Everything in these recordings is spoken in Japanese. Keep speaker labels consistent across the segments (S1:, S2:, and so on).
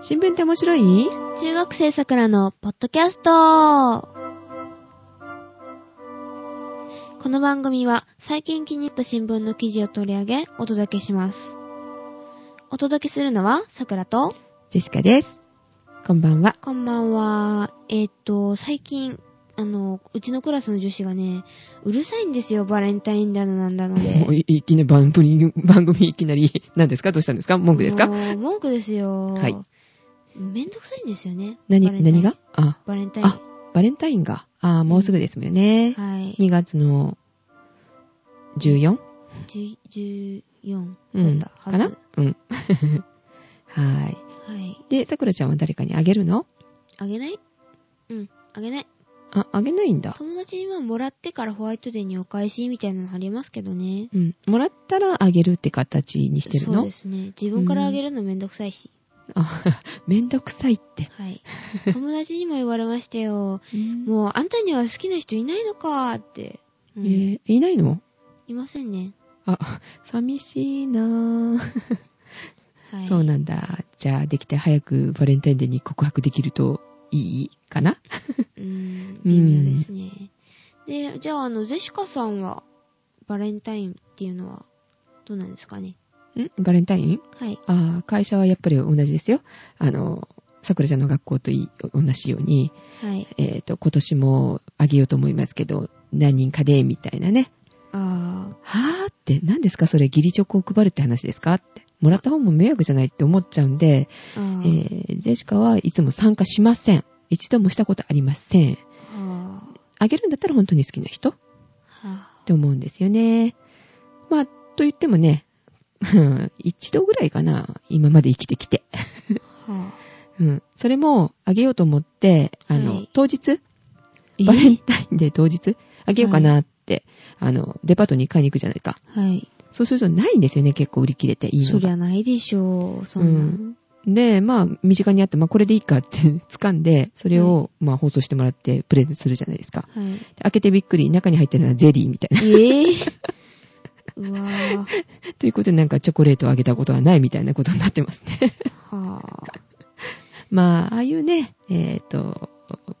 S1: 新聞って面白い
S2: 中学生さくらのポッドキャストこの番組は最近気に入った新聞の記事を取り上げお届けします。お届けするのはさくらと、
S1: ジェシカです。こんばんは。
S2: こんばんは。えっ、と、最近、あの、うちのクラスの女子がね、うるさいんですよ、バレンタインだのなんだので
S1: も。ういいきなり番組、番組いきなり、何ですかどうしたんですか文句ですか
S2: もう文句ですよ。
S1: はい
S2: めんどくさいんですよね。バレ
S1: 何、
S2: ンタイ
S1: 何
S2: ン
S1: があ、
S2: バレンタイン。
S1: あ、バレンタインが。あー、もうすぐですもんね。
S2: はい。
S1: 2月の 14?
S2: 10 14
S1: うん。
S2: だ
S1: か
S2: ったはず。
S1: なうん。 はい。
S2: はい。
S1: で、さくらちゃんは誰かにあげるの
S2: あげないうん、あげない。
S1: あ、あげないんだ。
S2: 友達にはもらってからホワイトデーにお返しみたいなのありますけどね。
S1: うん。もらったらあげるって形にしてる
S2: そう
S1: の
S2: ですね。自分からあげるのめんどくさいし。
S1: あ、 めんどくさいって。
S2: はい。友達にも言われましたよ。
S1: も
S2: もう、あんたには好きな人いないのかーって。う
S1: うんえーいないの
S2: いませんね。
S1: あ、寂しいなぁ。
S2: はい。
S1: そうなんだ。じゃあ、できて早くバレンタインデーに告白できるといいかな
S2: うーん、微妙ですね。で、じゃあ、あの、ゼシカさんは、バレンタインっていうのは、どうなんですかね。
S1: んバレンタイン
S2: はい。
S1: ああ、会社はやっぱり同じですよ。あの、桜ちゃんの学校とい同じように、
S2: はい。
S1: えっ、と、今年もあげようと思いますけど、何人かで、みたいなね。
S2: あ
S1: はぁって、何ですかそれ、義理チョコを配るって話ですかって。もらった方も迷惑じゃないって思っちゃうんで、
S2: ー、あ
S1: え
S2: ー、
S1: ー、ジェシカはいつも参加しません。一度もしたことありません。
S2: あ
S1: あげるんだったら本当に好きな人っ
S2: ー、はあ、
S1: て思うんですよね。まあ、と言ってもね、 うん一度ぐらいかな。今まで生きてきて。
S2: は
S1: うん。それも、あげようと思って、あの、
S2: はい
S1: 当日、
S2: あ。
S1: バレンタインデー当日、あげようかなって、あの、デパートに買いに行くじゃないか。
S2: はい。
S1: そうするとないんですよね、結構売り切れていい
S2: そ
S1: の
S2: り
S1: が。
S2: ゃないでしょう、そ
S1: うん
S2: な。
S1: ん。で、まあ、身近にあって、まあ、これでいいかって掴んで、それを、まあ、放送してもらって、プレゼントするじゃないですか。
S2: はい。
S1: 開けてびっくり、中に入ってるのはゼリーみたいな。
S2: ええー。うわぁ。
S1: ということで、なんかチョコレートをあげたことはないみたいなことになってますね。
S2: はぁ。
S1: まあ、ああいうね、えっ、と、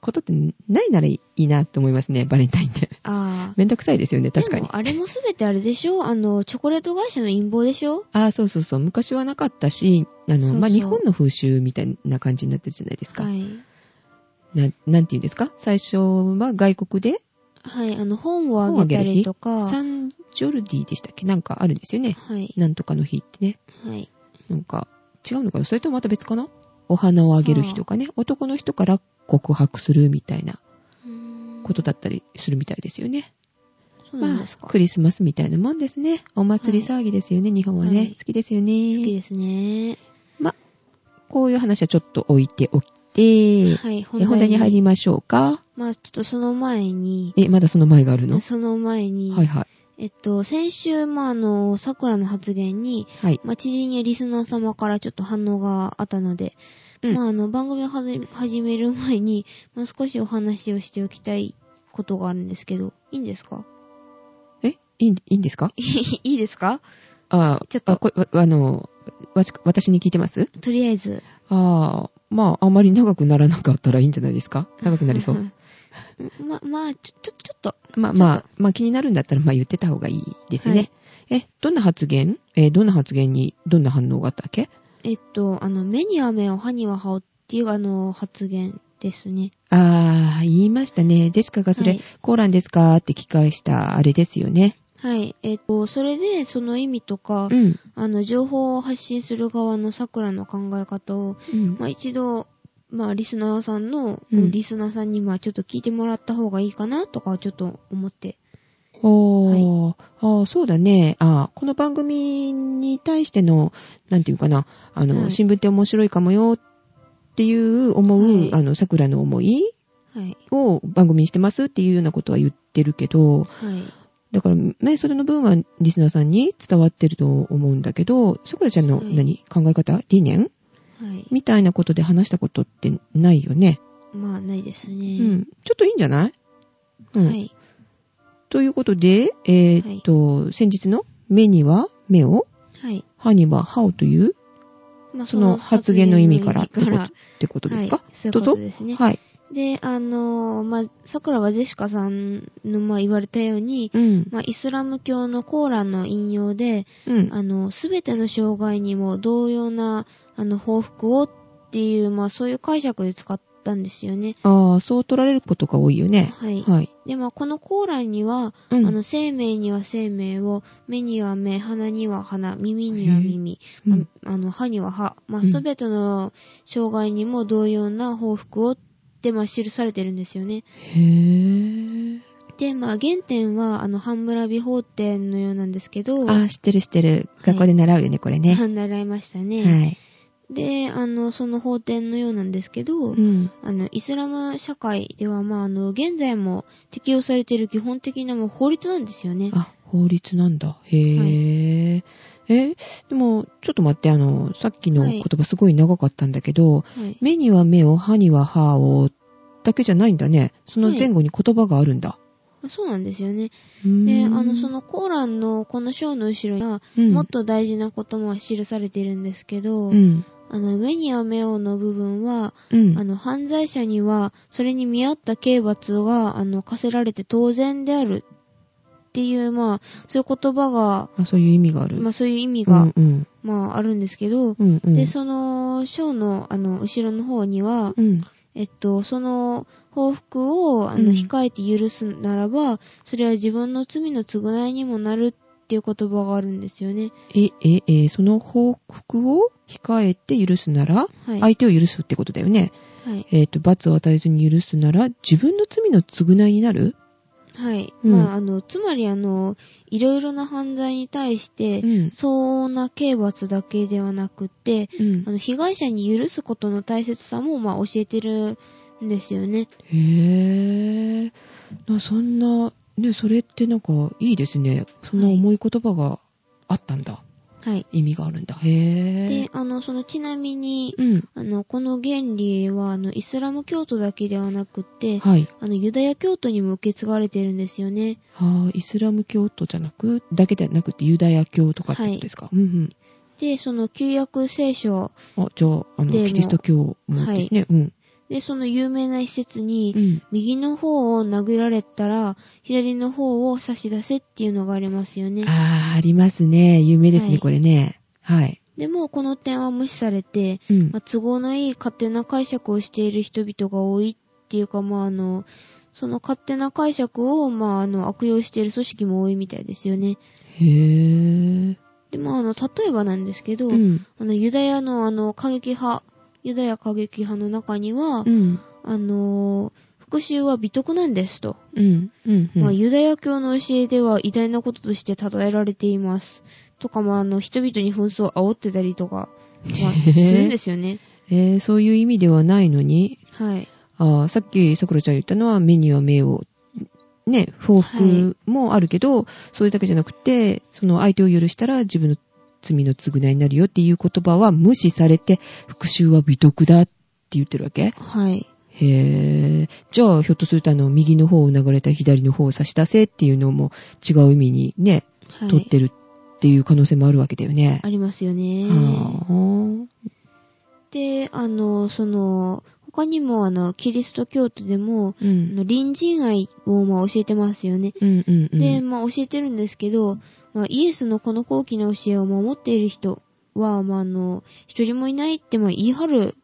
S1: ことってないならいいなと思いますね、バレンタインって。
S2: あ
S1: めんどくさいですよね、
S2: ー。
S1: 確か
S2: で
S1: に。
S2: も、あれもすべてあれでしょあの、チョコレート会社の陰謀でしょ
S1: ああ、そうそうそう。昔はなかったし、あの、
S2: そうそう
S1: まあ、日本の風習みたいな感じになってるじゃないですか。
S2: はい。
S1: ななんて言うんですか最初は外国で、
S2: はい、あの、本をあげたりとか、
S1: サンジョルディでしたっけなんかあるんですよね。
S2: はい、
S1: なんとかの日ってね。
S2: はい。
S1: なんか、違うのかなそれともまた別かなお花をあげる日とかね。男の人から告白するみたいな
S2: うーん
S1: ことだったりするみたいですよね。
S2: そうなんですか。
S1: まあ、クリスマスみたいなもんですね。お祭り騒ぎですよね、日本はね、
S2: はい
S1: 好きですよね。
S2: 好きですね。
S1: こういう話はちょっと置いておきて、
S2: はい、
S1: え本題に入りましょうか。
S2: まあ、ちょっとその前に、
S1: え、まだその前があるの
S2: その前に、
S1: はいはい。
S2: えっと、先週、まあ、あの、桜の発言に、
S1: はい。
S2: まあ、知人やリスナー様からちょっと反応があったので、
S1: うん
S2: まあ、あの、番組をはじ始める前に、まあ、少しお話をしておきたいことがあるんですけど、いいんですか
S1: え、いいい いんですか
S2: いいですか
S1: あ
S2: ちょっと
S1: あこわあの、わし私に聞いてます
S2: とりあえず。
S1: ああ、まあ、あまり長くならなかったらいいんじゃないですか長くなりそう。
S2: ん。ま、まあ、ちょ、ちょ、ちょっと。
S1: まあ
S2: ちょっと
S1: まあ、まあ気になるんだったら、まあ言ってた方がいいですね。え、どんな発言えーどんな発言に、どんな反応があったっけ
S2: えっと、あの、目には目を歯には歯をっていうあの発言ですね。
S1: ああ、言いましたね。ジェシカがそれ、
S2: はい
S1: コーランですかって聞き返した、あれですよね。
S2: はい。えっと、それでその意味とか、
S1: うん。
S2: あの、情報を発信する側の桜の考え方を、
S1: うん
S2: まあ、一度、まあ、リスナーさんの、
S1: うん
S2: リスナーさんに、まあ、ちょっと聞いてもらった方がいいかなとか、ちょっと思って。
S1: おー、あーそうだね。あーこの番組に対しての、なんていうかな、あの、
S2: はい
S1: 新聞って面白いかもよっていう思う、
S2: はい
S1: あの、桜の思い
S2: はい。
S1: を番組にしてますっていうようなことは言ってるけど、
S2: はい。
S1: だからね、それの分はリスナーさんに伝わってると思うんだけど、桜ちゃんの
S2: はい
S1: 何、考え方理念
S2: はい。
S1: みたいなことで話したことってないよね。
S2: まあ、ないです
S1: う
S2: ね。
S1: ん。ちょっといいんじゃないうん。
S2: はい。
S1: ということで、えーっと、先日の目には目を
S2: はい。
S1: 歯には歯をという
S2: まあ
S1: その発言の意味からって
S2: 発
S1: こと
S2: 言の
S1: っ
S2: 意味か
S1: てこと
S2: ら
S1: ですか、
S2: はい、そういう
S1: ど
S2: こ
S1: うぞ
S2: とですね。
S1: はい。
S2: で、あのーまあ、桜はジェシカさんの、まあ、言われたように、
S1: うん。
S2: まあ、イスラム教のコーランの引用で、
S1: うん。
S2: あの、すべての障害にも同様な、あの、報復をっていう、まあ、そういう解釈で使ったんですよね。
S1: ああ、そう取られることが多いよね。
S2: はい。
S1: はい。
S2: で、まあ、このコーランには、
S1: うん
S2: あの、生命には生命を、目には目、鼻には鼻、耳には
S1: へ
S2: 耳、
S1: え
S2: まああの、歯には歯、まあ、
S1: うん
S2: すべての障害にも同様な報復をって、まあ、記されてるんですよね。
S1: へえ。
S2: で、まあ、原点は、あの、半村美法典のようなんですけど、
S1: ああ、知ってる知ってる。学校で習うよね、これね。
S2: 習いましたね。
S1: はい。
S2: で、あの、その法典のようなんですけど、
S1: うん。
S2: あの、イスラム社会では、まあ、あの、現在も適用されている基本的なもう法律なんですよね。
S1: あ、法律なんだ。へえ。え、でも、ちょっと待って、あの、さっきの
S2: はい
S1: 言葉すごい長かったんだけど、
S2: はい。
S1: 目には目を、歯には歯を、だけじゃないんだね。その前後に言葉があるんだ。
S2: そうなんですよね。
S1: うーん
S2: で、あの、そ、のコーランのこの章の後ろには、
S1: うん
S2: もっと大事なことも記されているんですけど、
S1: うん。
S2: あの、目には目をの部分は、
S1: うん。
S2: あの、犯罪者には、それに見合った刑罰が、あの、課せられて当然であるっていう、まあ、そういう言葉が、
S1: あ、そういう意味がある。
S2: まあ、そういう意味
S1: う
S2: が、
S1: んうん。
S2: まあ、あるんですけ
S1: う
S2: ど、
S1: んうん。
S2: で、その、章の、あの、後ろの方には、
S1: うん。
S2: えっと、その、報復を、あ
S1: うん
S2: の、控えて許すならば、それは自分の罪の償いにもなるっていう言葉があるんですよね。
S1: え、え、え、その報復を控えて許すなら、
S2: はい。
S1: 相手を許すってことだよね。
S2: はい。
S1: えっ、と、罰を与えずに許すなら、自分の罪の償いになる
S2: はい。
S1: うん
S2: まあ、あの、つまり、あの、いろいろな犯罪に対して、
S1: うん。
S2: 相応な刑罰だけではなくて、
S1: うん
S2: あ。の、被害者に許すことの大切さも、まあ、教えてるんですよね。
S1: へぇー。なそんな、ね、それってなんかいいですね。そんな重い言葉があったんだ。
S2: はい。
S1: 意味があるんだ。へぇー。
S2: で、あの、その、ちなみに、
S1: うん。
S2: あの、この原理は、あの、イスラム教徒だけではなくって、
S1: はい。
S2: あの、ユダヤ教徒にも受け継がれてるんですよね。
S1: ああ、イスラム教徒じゃなく、だけではなくてユダヤ教とかってことですか、うん
S2: で、その、旧約聖書、
S1: うん。あ、じゃあ、あの、
S2: でも
S1: キリスト教もですね。うん。
S2: で、その有名な一節
S1: う
S2: に、
S1: ん。
S2: 右の方を殴られたら、左の方を差し出せっていうのがありますよね。
S1: ああ、ありますね。有名ですね、
S2: はい
S1: これね。はい。
S2: でも、この点は無視されて、
S1: うん
S2: まあ、。都合のいい勝手な解釈をしている人々が多いっていうか、まあ、あの、その勝手な解釈を、まあ、あの、悪用している組織も多いみたいですよね。
S1: へぇー。
S2: で、まあ、あの、例えばなんですけど、
S1: うん。
S2: あの、ユダヤのあの、過激派、ユダヤ過激派の中には、
S1: うん。
S2: あのー復讐は美徳なんですと。
S1: うん。うん。うん
S2: まあ、ユダヤ教の教えでは偉大なこととして称えられています。とか、まあ、あの、人々に紛争を煽ってたりとか、まあ、
S1: へえ
S2: するんですよね。
S1: えーそういう意味ではないのに、
S2: はい。
S1: あーさっきさくらちゃん言ったのは目には目を、ね、報復もあるけど、それだけじゃなくて、その相手を許したら自分の罪の償いになるよっていう言葉は無視されて、復讐は美徳だって言ってるわけ
S2: はい。
S1: へぇー。じゃあ、ひょっとするとあの、右の方を流れた左の方を差し出せっていうのも違う意味にね、
S2: はい。
S1: 取ってるっていう可能性もあるわけだよね。
S2: ありますよね。
S1: はぁ。
S2: で、あの、その、他にも、あの、キリスト教徒でも、
S1: う
S2: あ
S1: ん。
S2: の隣人愛を、まあ、教えてますよね。
S1: うんうんうん。
S2: で、まあ、教えてるんですけど、まあ、イエスのこの後期の教えを守っている人は、まあ、あの、一人もいないって、まあ、言い張る、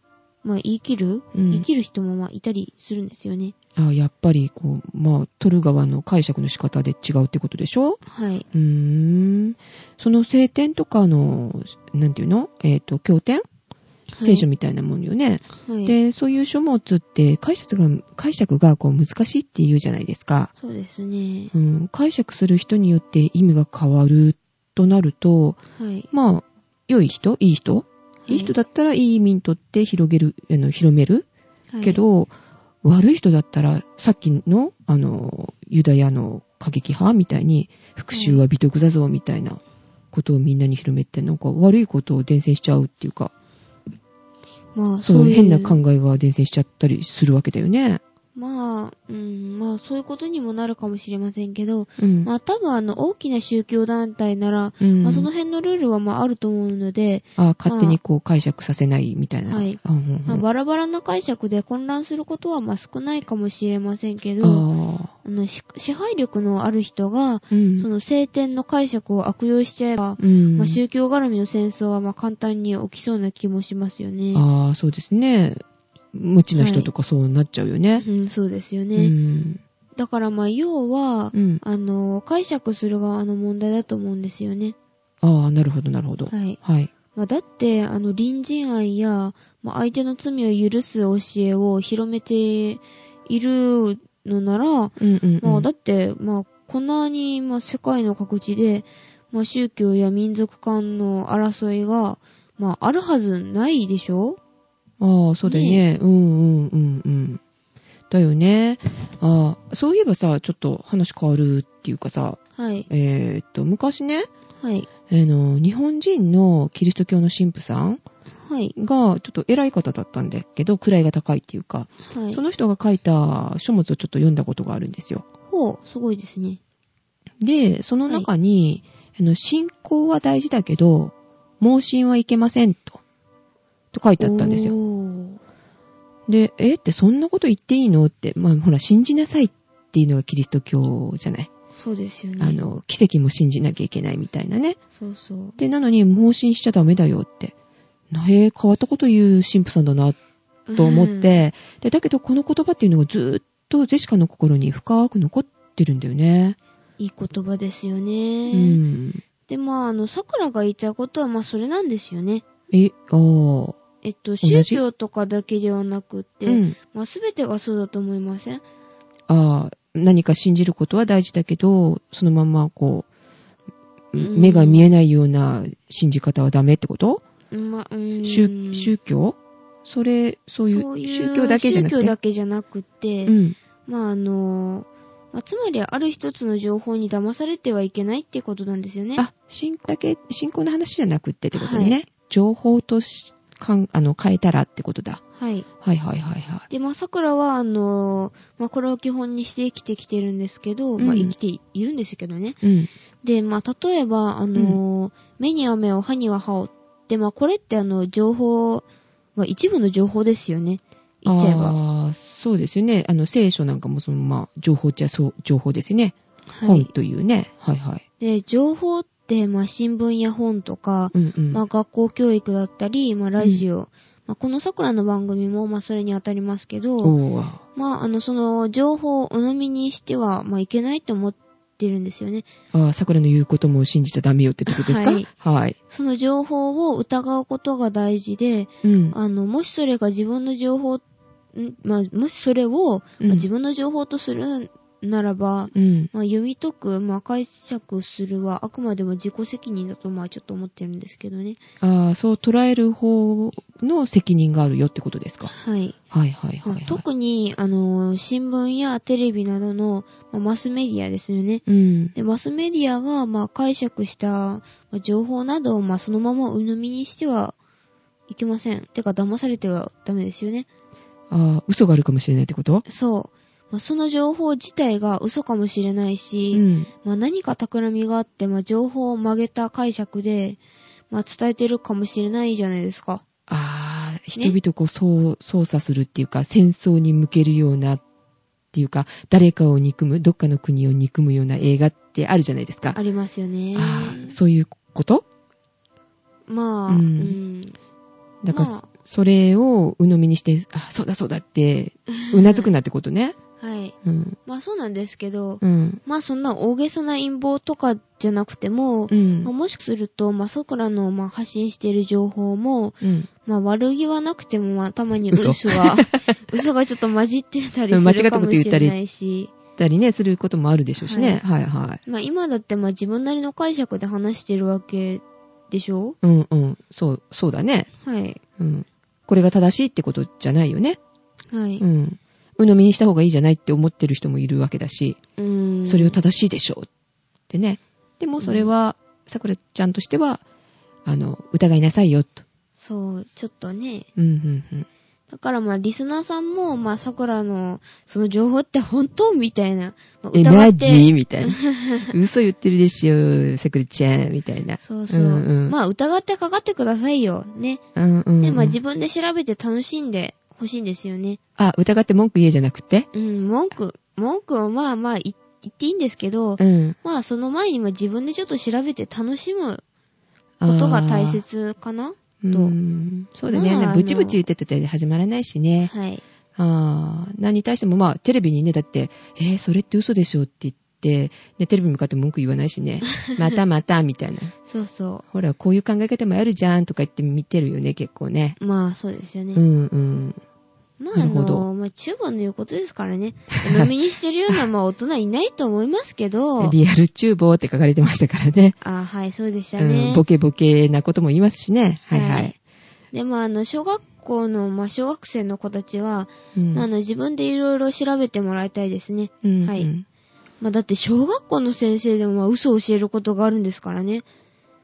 S2: まあ、言い切る、
S1: うん
S2: 言い切る人も、まあ、いたりするんですよね。
S1: あやっぱりこう、まあ、取る側の解釈の仕方で違うってことでしょ
S2: はい。
S1: うーん。その聖典とかの、なんていうのえっ、と、経典聖書みたいなもんよね、
S2: はい。
S1: で、そういう書物って解釈が、解釈がこう難しいって言うじゃないですか。
S2: そうですね。
S1: うん、解釈する人によって意味が変わるとなると、
S2: はい。
S1: まあ、良い人いい人いい人だったらいい意味にとって広げる、あの、広める
S2: はい
S1: け、ど、悪い人だったら、さっきの、あの、ユダヤの過激派みたいに、復讐は美徳だぞ、みたいなことをみんなに広めて、なんか悪いことを伝染しちゃうっていうか、
S2: まあ、
S1: そ
S2: そうういう
S1: 変な考えが伝染しちゃったりするわけだよね。
S2: まあ、うん、まあ、そういうことにもなるかもしれませんけど、
S1: うん。
S2: まあ、多分、あの、大きな宗教団体なら、
S1: うん
S2: まあ、その辺のルールは、まあ、あると思うので、
S1: あ勝手にこう解釈させないみたいな。
S2: はい
S1: あ、うん
S2: まあ、
S1: うん
S2: バラバラな解釈で混乱することは、まあ、少ないかもしれませんけど、あ
S1: あ
S2: の、し支配力のある人が、
S1: ーうん
S2: その聖典の解釈を悪用しちゃえば、
S1: うん
S2: まあ、宗教絡みの戦争は、まあ、簡単に起きそうな気もしますよね。
S1: ああ、そうですね。無知な人とかそうなっちゃうよね。
S2: うん、そうですよね。
S1: うん。
S2: だから、まあ、要は、
S1: うん。
S2: あの、解釈する側の問題だと思うんですよね。
S1: ああ、なるほど、なるほど。
S2: はい。
S1: はい。
S2: まあ、だって、あの、隣人愛や、まあ、相手の罪を許す教えを広めているのなら、
S1: うんうんうん。
S2: まあ、だって、まあ、こんなに、まあ、世界の各地で、まあ、宗教や民族間の争いが、まあ、あるはずないでしょ
S1: ああ、そうだよね。うんうんうんうん。だよね。ああ、そういえばさ、ちょっと話変わるっていうかさ、
S2: はい。
S1: えーっと、昔ね、
S2: はい。
S1: あの、日本人のキリスト教の神父さん
S2: はい。
S1: が、ちょっと偉い方だったんだけど、位が高いっていうか、
S2: はい。
S1: その人が書いた書物をちょっと読んだことがあるんですよ。
S2: ほう、すごいですね。
S1: で、その中に、あの、信仰は大事だけど、盲信はいけませんと、と書いてあったんですよ。
S2: おー
S1: で、えってそんなこと言っていいのって、まあほら、信じなさいっていうのがキリスト教じゃない。
S2: そうですよね。
S1: あの、奇跡も信じなきゃいけないみたいなね。
S2: そうそう。
S1: で、なのに、盲信しちゃダメだよって。なへえ、変わったこと言う神父さんだなと思って、で、だけどこの言葉っていうのがずーっとジェシカの心に深く残ってるんだよね。
S2: うん。いい言葉ですよ
S1: う
S2: ね。
S1: ん。
S2: で、まあ、あの、桜が言いたいことは、まあ、それなんですよね。
S1: え、ああ。
S2: えっと、
S1: じ
S2: 宗教とかだけではなくって、
S1: うん。
S2: まあ、すべてがそうだと思いません
S1: ああ、何か信じることは大事だけど、そのままこう、
S2: うん
S1: 目が見えないような信じ方はダメってこと、
S2: まあ、うーん。
S1: 宗宗教それ、そういう
S2: そう
S1: 宗教だけじゃなく
S2: 宗
S1: て。
S2: 教だけじゃなくて、
S1: うん。
S2: まああの、まあ、つまりある一つの情報に騙されてはいけないってことなんですよね。
S1: あ、信仰だけ、信仰の話じゃなくってってことね。
S2: は
S1: 情報としかんあの変えたらってことだ。
S2: はい。
S1: はいはいはいはい。
S2: で、まあ、桜は、あの、まあ、これを基本にして生きてきてるんですけど、
S1: うん
S2: まあ、生きているんですけどね。
S1: うん。
S2: で、まあ、例えば、あの、目には目を、歯には歯を。で、まあ、これって、あの、情報、まあ、一部の情報ですよね。言っちゃえば。
S1: ああ、そうですよね。あの、聖書なんかもそのまま情報っちゃそう、情報ですよね。
S2: は
S1: 本
S2: い。
S1: というね。はいはい。
S2: で、情報って、まあ、新聞や本とか、
S1: うんうん。
S2: まあ、学校教育だったり、まあ、ラジオ、まあ、この桜の番組も、まあ、それに当たりますけど、
S1: おー
S2: まあ、あの、その、情報を鵜呑みにしては、まあ、いけないと思ってるんですよね。
S1: ああ、桜の言うことも信じちゃダメよってことですか
S2: はい
S1: はい。
S2: その情報を疑うことが大事で、
S1: うん。
S2: あの、もしそれが自分の情報、んまあ、もしそれを、
S1: うん
S2: まあ自分の情報とするならば、
S1: うん。
S2: まあ、読み解く、まあ、解釈するは、あくまでも自己責任だと、まあ、ちょっと思ってるんですけどね。
S1: ああ、そう捉える方の責任があるよってことですか。
S2: はい。
S1: はいはいはい、
S2: まあ
S1: はい。
S2: 特に、あの、新聞やテレビなどの、まあマスメディアですよね。
S1: うん。
S2: で、マスメディアが、まあ、解釈した、まあ情報などを、まあ、そのまま鵜呑みにしてはいけません。てか、騙されてはダメですよね。
S1: ああ、嘘があるかもしれないってこと
S2: そう。まあ、その情報自体が嘘かもしれないうし、
S1: ん。
S2: まあ、何か企みがあって、まあ、情報を曲げた解釈で、まあ、伝えてるかもしれないじゃないですか。
S1: ああ、人々をこうそう操作するっていうか、戦争に向けるようなっていうか、誰かを憎む、どっかの国を憎むような映画ってあるじゃないですか。
S2: ありますよね。
S1: ああ、そういうこと
S2: まあ、
S1: うん
S2: うん。
S1: だから、
S2: まあ
S1: それを鵜呑みにして、あ、そうだそうだって、うなずくなってことね。
S2: はい。
S1: うん。
S2: まあ、そうなんですけど、
S1: うん。
S2: まあそんな大げさな陰謀とかじゃなくても、
S1: うん
S2: まあ、。もしかすると、まあ、桜の、まあ、発信している情報も、
S1: うん。
S2: まあ、悪気はなくても、まあ、たまに
S1: 嘘
S2: 嘘が、 嘘がちょっと混じってたり
S1: うん間違
S2: す
S1: った
S2: る
S1: こ
S2: か
S1: と
S2: も
S1: 言っ
S2: したれ
S1: り
S2: ないし、
S1: たりね、することもあるでしょうしね。はい、はい、
S2: まあ、今だって、まあ、自分なりの解釈で話してるわけでしょ
S1: うんうん。そう、そうだね。
S2: はい。
S1: うん。これが正しいってことじゃないよね。
S2: はい。
S1: うん。鵜呑みにした方がいいじゃないって思ってる人もいるわけだし、
S2: うーん。
S1: それを正しいでしょうってね。でもそれは、さくらちゃんとしては、あの、疑いなさいよと。
S2: そう、ちょっとね、
S1: うんうんうん。
S2: だからまあ、リスナーさんも、まあ、桜の、その情報って本当みたいな。まあ
S1: え、
S2: 疑
S1: マ
S2: って
S1: ジみたいな。 嘘言ってるでしょ、さくりちゃん、みたいな。
S2: そうそう。
S1: うんうん
S2: まあ、疑ってかかってくださいよ。ね。
S1: うんうんうん
S2: で、まあ、自分で調べて楽しんでほしいんですよね。
S1: あ、疑って文句言えじゃなくて
S2: うん、文句、文句をまあまあい言っていいんですけど、
S1: うん。
S2: まあ、その前にまあ自分でちょっと調べて楽しむ
S1: あ
S2: こ
S1: ー
S2: とが大切かな
S1: うんそうだね。
S2: ま
S1: な
S2: あ
S1: ん
S2: あ
S1: か
S2: の
S1: ブチブチ言ってたって始まらないしね。
S2: はい。
S1: ああ、何に対してもまあテレビにね、だって、えーそれって嘘でしょって言って、ね、テレビに向かって文句言わないし ね、またまたみたいな。
S2: そうそ
S1: ほら、こういう考え方もあるじゃんとか言って見てるよね、結構ね。
S2: う。まあ、そうですよね。
S1: うんうん。
S2: まあ、
S1: な
S2: あ
S1: るほど、
S2: の、まあ、チューバの言うことですからね。お飲みにしてるような、まあ、大人いないと思いますけど
S1: リアル厨房って書かれてましたからね。
S2: あはい、そうでした
S1: う
S2: ね
S1: ん、。ボケボケなことも言いますしね。はいはい。
S2: はいで、まあ、あの、小学校の、まあ、小学生の子たちは、
S1: うん
S2: まあ、あの、自分でいろいろ調べてもらいたいですね。
S1: うんうん
S2: はいまあ、だって、小学校の先生でも、まあ、嘘を教えることがあるんですからね。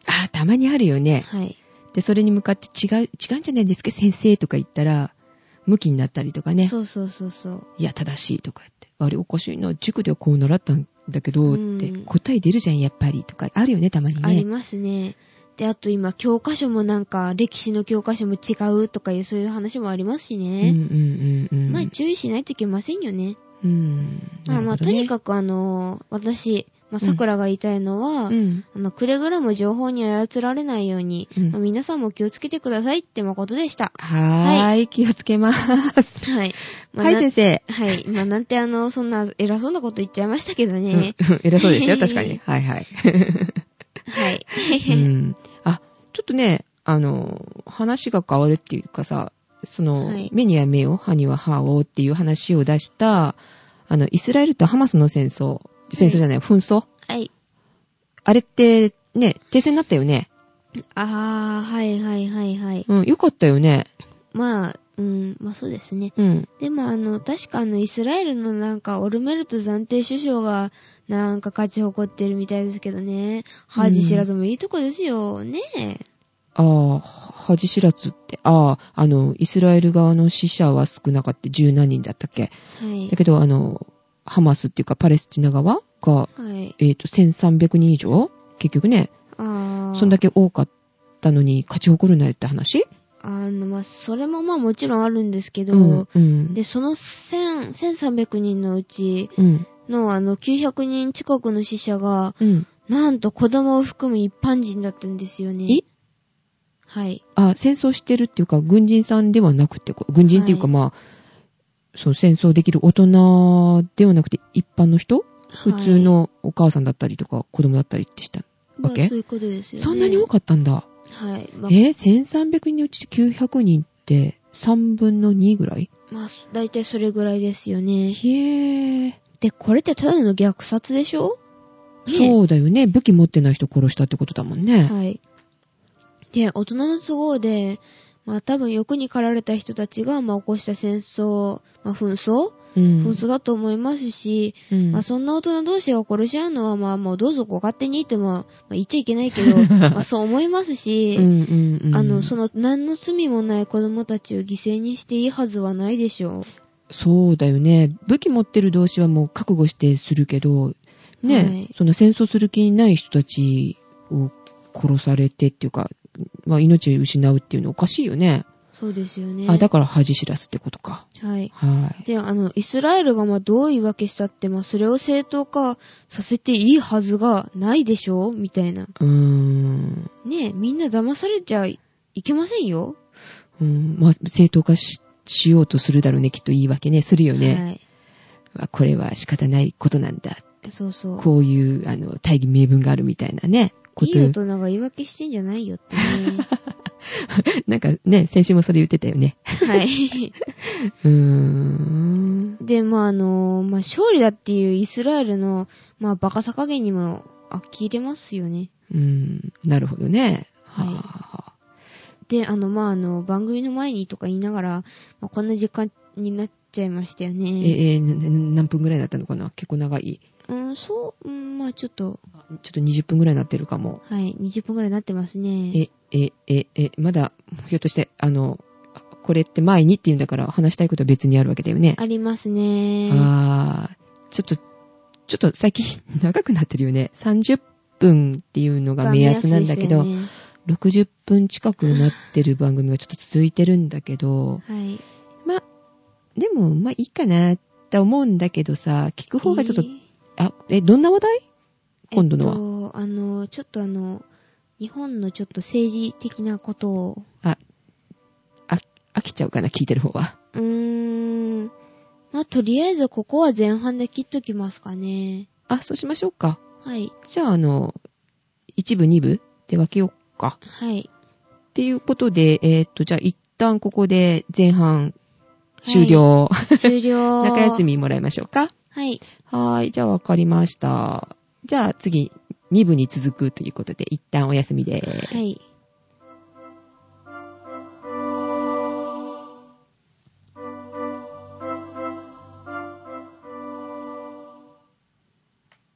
S1: あーたまにあるよね。
S2: はい。
S1: で、それに向かって違う、違うんじゃないですか、先生とか言ったら、向きになったりとかね。
S2: そうそうそうそう。
S1: いや、正しいとか言って。あれおかしいな、塾ではこう習ったんだけど、
S2: うん
S1: って、答え出るじゃん、やっぱり、とか、あるよね、たまに
S2: あり
S1: ね。
S2: ますね。で、あと今、教科書もなんか、歴史の教科書も違うとかいう、そういう話もありますし
S1: うんう
S2: ね。
S1: んうんうん。
S2: まあ、注意しないといけませんよね。
S1: うん。
S2: まあまあ、とに
S1: く、
S2: かくあのー私、まあ、
S1: うん
S2: 桜が言いたいのは、
S1: うん。
S2: あの、くれぐれも情報に操られないように、
S1: うん
S2: まあ皆さんも気をつけてくださいって誠でした。
S1: はーい、気をつけます。
S2: はい。 まあ
S1: はい、
S2: な
S1: 先生。
S2: はい。まあ、なんてあの、そんな偉そうなこと言っちゃいましたけど
S1: う
S2: ね
S1: ん。偉そう ですよ、確かに。はいはい。
S2: はい。
S1: うんあ、ちょっとね、あの、話が変わるっていうかさ、その、
S2: はい
S1: 目には目を、歯には歯をっていう話を出した、あの、イスラエルとハマスの戦争、戦争じゃない、紛争
S2: はい。
S1: あれって、ね、停戦になったよね。
S2: あー、はいはいはいはい。
S1: うん、よかったよね。
S2: まあ、うん、まあそうですね。
S1: うん。
S2: でもあの、確かあの、イスラエルのなんか、オルメルト暫定首相が、なんか勝ち誇ってるみたいですけどね。恥知らずもいいとこですよ。ねえ。
S1: ああ、恥知らずって。ああ、あの、イスラエル側の死者は少なかった。十何人だったっけ。
S2: はい
S1: だ。けど、あの、ハマスっていうか、パレスチナ側が、
S2: はい。
S1: えっ、と、1300人以上結局ね、
S2: あー
S1: そんだけ多かったのに勝ち誇るなよって話
S2: あの、まあ、それもまあもちろんあるんですけど、
S1: うん。うん。
S2: で、その1000、1300人のうち
S1: うん。
S2: のあの900人近くの死者が、
S1: うん。
S2: なんと子供を含む一般人だったんですよね
S1: え。
S2: はい。
S1: あ、戦争してるっていうか、軍人さんではなくて、こ軍人っていうか、
S2: はい
S1: まあ、その戦争できる大人ではなくて、一般の人普通のお母さんだったりとか、子供だったりってした。
S2: わ
S1: わ
S2: け
S1: け
S2: そういうことですよね。
S1: そんなに多
S2: く
S1: かったんだ。
S2: はい。まあ、
S1: えー、1300人のうち900人って、3分の2ぐらい
S2: まあ、大体それぐらいですよね。
S1: へえ。
S2: で、これってただの虐殺でしょね
S1: そうだよね。武器持ってない人殺したってことだもんね。
S2: はい。で、大人の都合で、まあ多分欲に駆られた人たちが、まあ起こした戦争、まあ紛争
S1: うん。
S2: 紛争だと思いますし、
S1: うん
S2: まあそんな大人同士が殺し合うのは、まあもうどうぞご勝手にって、まあ、まあ言っちゃいけな いけど、まあそう思いますし、
S1: うんうんうん、
S2: あの、その何の罪もない子供たちを犠牲にしていいはずはないでしょ
S1: そうだよね。武器持ってる同士はもう覚悟してするけど、ね、
S2: はい
S1: その戦争する気ない人たちを殺されてっていうか、まあ、命を失うっていうのおかしいよね。
S2: う。そうですよね。
S1: あ、だから恥知らずってことか。
S2: はい。
S1: はい。
S2: で、あの、イスラエルがまあどう言い訳したって、まあそれを正当化させていいはずがないでしょみたいな。
S1: うーん。
S2: ねえ、みんな騙されちゃいけませんよ。
S1: うん、まあ、正当化ししようとするだろうね、きっと言い訳ね、するよね。あこれは仕方ないことなんだ。
S2: はい。そうそう。
S1: こういう、あの、大義名分があるみたいなね、こ
S2: いい
S1: と。
S2: 大人が言い訳してんじゃないよってね。
S1: なんかね、先週もそれ言ってたよね。
S2: はい。
S1: うーん。
S2: で、まあ、あの、まあ、勝利だっていうイスラエルの、まあ、バカさ加減にも呆れますよね。
S1: うん、なるほどね。
S2: は
S1: はいあ、はあ
S2: で、あの、まあ、あの、番組の前にとか言いながら、まあ、こんな時間になっちゃいましたよ
S1: え
S2: ね。
S1: えなな何分ぐらいになったのかな結構長い。
S2: うん、そう、うん、まあ、ちょっと、
S1: ちょっと20分ぐらいになってるかも。
S2: はい、20分くらいになってますね。
S1: え、え、え、え、まだ、ひょっとして、あの、これって前にっていうんだから話したいことは別にあるわけだよね。
S2: ありますね。
S1: あー、ちょっと、ちょっと最近長くなってるよね。30分っていうのが目安なんだけど、
S2: 目安です
S1: 60分近くなってる番組がちょっと続いてるんだけど、
S2: よねはい。
S1: まあ、でも、まあいいかなって思うんだけどさ、聞く方がちょっと、
S2: えー
S1: あ、え、どんな話題今度のは。
S2: えっと、あの、ちょっとあの、日本のちょっと政治的なことを、
S1: あ、あ、飽きちゃうかな、聞いてる方は。
S2: うーん、まあ、とりあえずここは前半で切っときますかね。
S1: あ、そうしましょうか。
S2: はい、
S1: じゃあ、あの、一部、二部で分けようか。
S2: はい。
S1: っていうことで、えーっと、じゃあ一旦ここで前半終了。
S2: 終了。
S1: 中休。みもらいましょうか。
S2: はい、
S1: はーい、じゃあ分かりました。じゃあ次、二部に続くということで、一旦お休みです。
S2: はい。